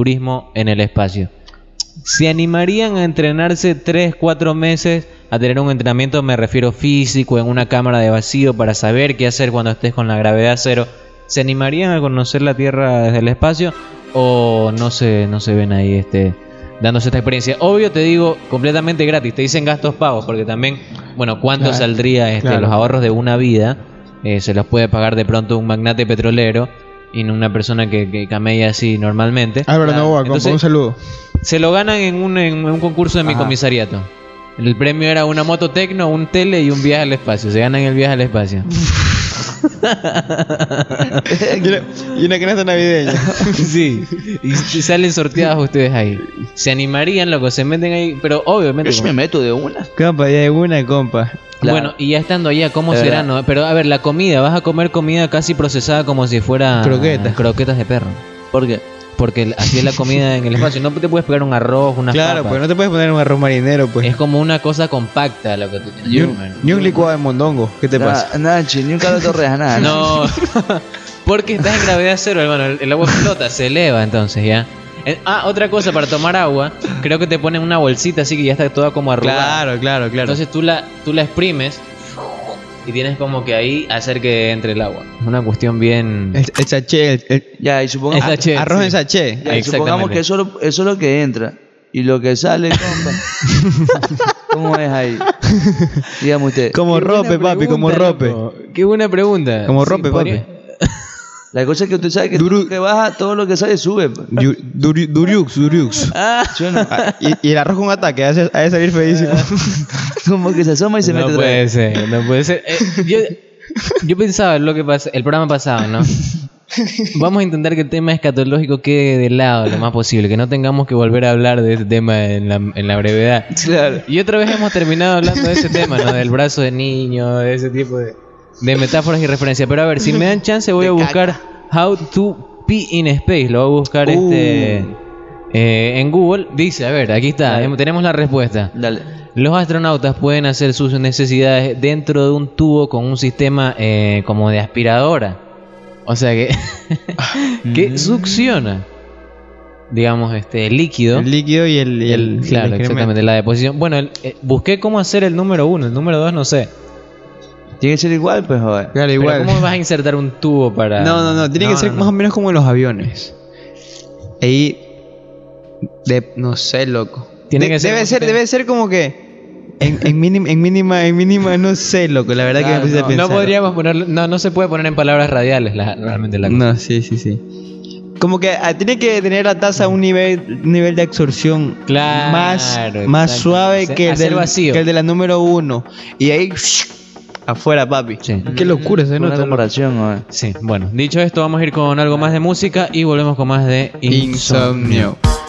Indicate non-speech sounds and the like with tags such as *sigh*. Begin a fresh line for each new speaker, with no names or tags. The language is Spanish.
turismo en el espacio. ¿Se animarían a entrenarse 3, 4 meses a tener un entrenamiento, me refiero físico, en una cámara de vacío para saber qué hacer cuando estés con la gravedad cero? ¿Se animarían a conocer la Tierra desde el espacio o no se, no se ven ahí este, dándose esta experiencia? Obvio, te digo, completamente gratis, te dicen gastos pagos, porque también, bueno, ¿cuánto
Claro,
saldría este,
claro.
los ahorros de una vida? Eh, se los puede pagar de pronto un magnate petrolero y no una persona que, que camella así normalmente.
Álvaro Novoa, Ah, compa,
Entonces,
un saludo.
se lo ganan en un, en un concurso de mi
Ajá.
comisariato. El premio era una moto tecno, un tele y un viaje al espacio. Se ganan el viaje al
*laughs*
espacio.
y, una, y una canasta navideña.
sí. Y, s- salen sorteados ustedes ahí. Se animarían, loco, se meten ahí. Pero obviamente.
Yo sí
como-
me meto de una.
*laughs* compa, ya hay una, compa.
la-
Bueno, y ya estando allá, ¿cómo
De
será?
verdad.
no? Pero a ver, la comida, vas a comer comida casi procesada como si fuera
Croquetas.
croquetas de perro.
Porque
Porque el- así es la comida en el espacio. No te puedes pegar un arroz, una
Claro, pues no te puedes poner un arroz marinero, pues.
Es como una cosa compacta lo que tú tienes.
Ni
que
un,
comer.
ni un licuado de mondongo. ¿Qué te pasa?
nada, nada, che, ni un caldo de torreja, nada.
*laughs*
No, *laughs* porque estás en gravedad cero, hermano. El, el agua flota, se eleva entonces ya. Eh, Ah, otra cosa, para tomar agua, creo que te ponen una bolsita así que ya está toda como arrugada.
claro, claro.
Entonces tú la, tú la exprimes y tienes como que ahí hacer que entre el agua. Es una cuestión bien...
el, el sachet, el- el-
Ya, y
Es
supongamos,
sachet,
arroz
sí.
en sachet.
ya, y
Exactamente.
supongamos que eso, lo- eso es lo que entra. Y lo
*laughs*
que sale, compa. ¿Cómo es ahí? Dígame usted.
Como
Qué buena
rope, papi, como
pregunta,
rope.
loco. Qué buena pregunta.
Como rope,
podría-
La cosa es que usted sabe que todo lo que baja, todo lo que sale sube. pues.
*laughs*
pa.
Du- duri- Duriux,
*laughs*
Duriux.
¿Sí o no?
Ah, y, y el arroz con ataque, hace, hace salir feísimo.
Como que se asoma y se
no
mete otra
puede
vez.
ser, no puede ser. Eh, yo, yo pensaba en lo que pasa, el programa pasado,
*laughs*
¿no? Vamos a intentar que el tema escatológico quede de lado lo más posible, que no tengamos que volver a hablar de ese tema en la, en la brevedad.
Claro.
Y otra vez hemos terminado hablando de ese tema, ¿no? Del brazo de niño, de ese tipo de, de metáforas y referencias. Pero a ver, si me dan chance voy a buscar How to Pee in Space. Lo voy a buscar
Uh.
este, eh, en Google. Dice, a ver, aquí está, em- tenemos la respuesta.
Dale.
Los astronautas pueden hacer sus necesidades dentro de un tubo con un sistema eh, como de aspiradora. O sea que, *laughs*
Mm.
que succiona, digamos, este líquido.
*laughs* El líquido y el. y el-
claro,
el excremento.
exactamente, la deposición. Bueno, el- eh, busqué cómo hacer el número uno, el número dos no sé.
Tiene que ser igual, pues, joder.
Claro,
Pero
igual.
¿Cómo vas a insertar un tubo para...?
No, no, no, tiene que ser
Ah, no,
más o
no.
menos como en los aviones. Ahí. de- no sé, loco.
Tiene
De-
que ser
debe
un-
ser, debe ser como que. En, en mínima, en mínima, en mínima, no sé, loco. La verdad
Claro,
que me puse a
no,
pensar.
no podríamos ponerlo, no, no se puede poner en palabras radiales la- realmente la cosa.
No, sí, sí, sí. Como que ah, tiene que tener la taza a un nivel, un nivel de absorción
Claro,
más, más
exacto.
suave
Hacer-
que el,
hacer
del,
vacío.
que el de la número uno. Y ahí, *sniffs* afuera, papi.
Sí.
Qué locura se
Una
nota. loco.
comparación, joder.
Sí, bueno, dicho esto, vamos a ir con algo más de música y volvemos con más de Insomnio.
Insomnio.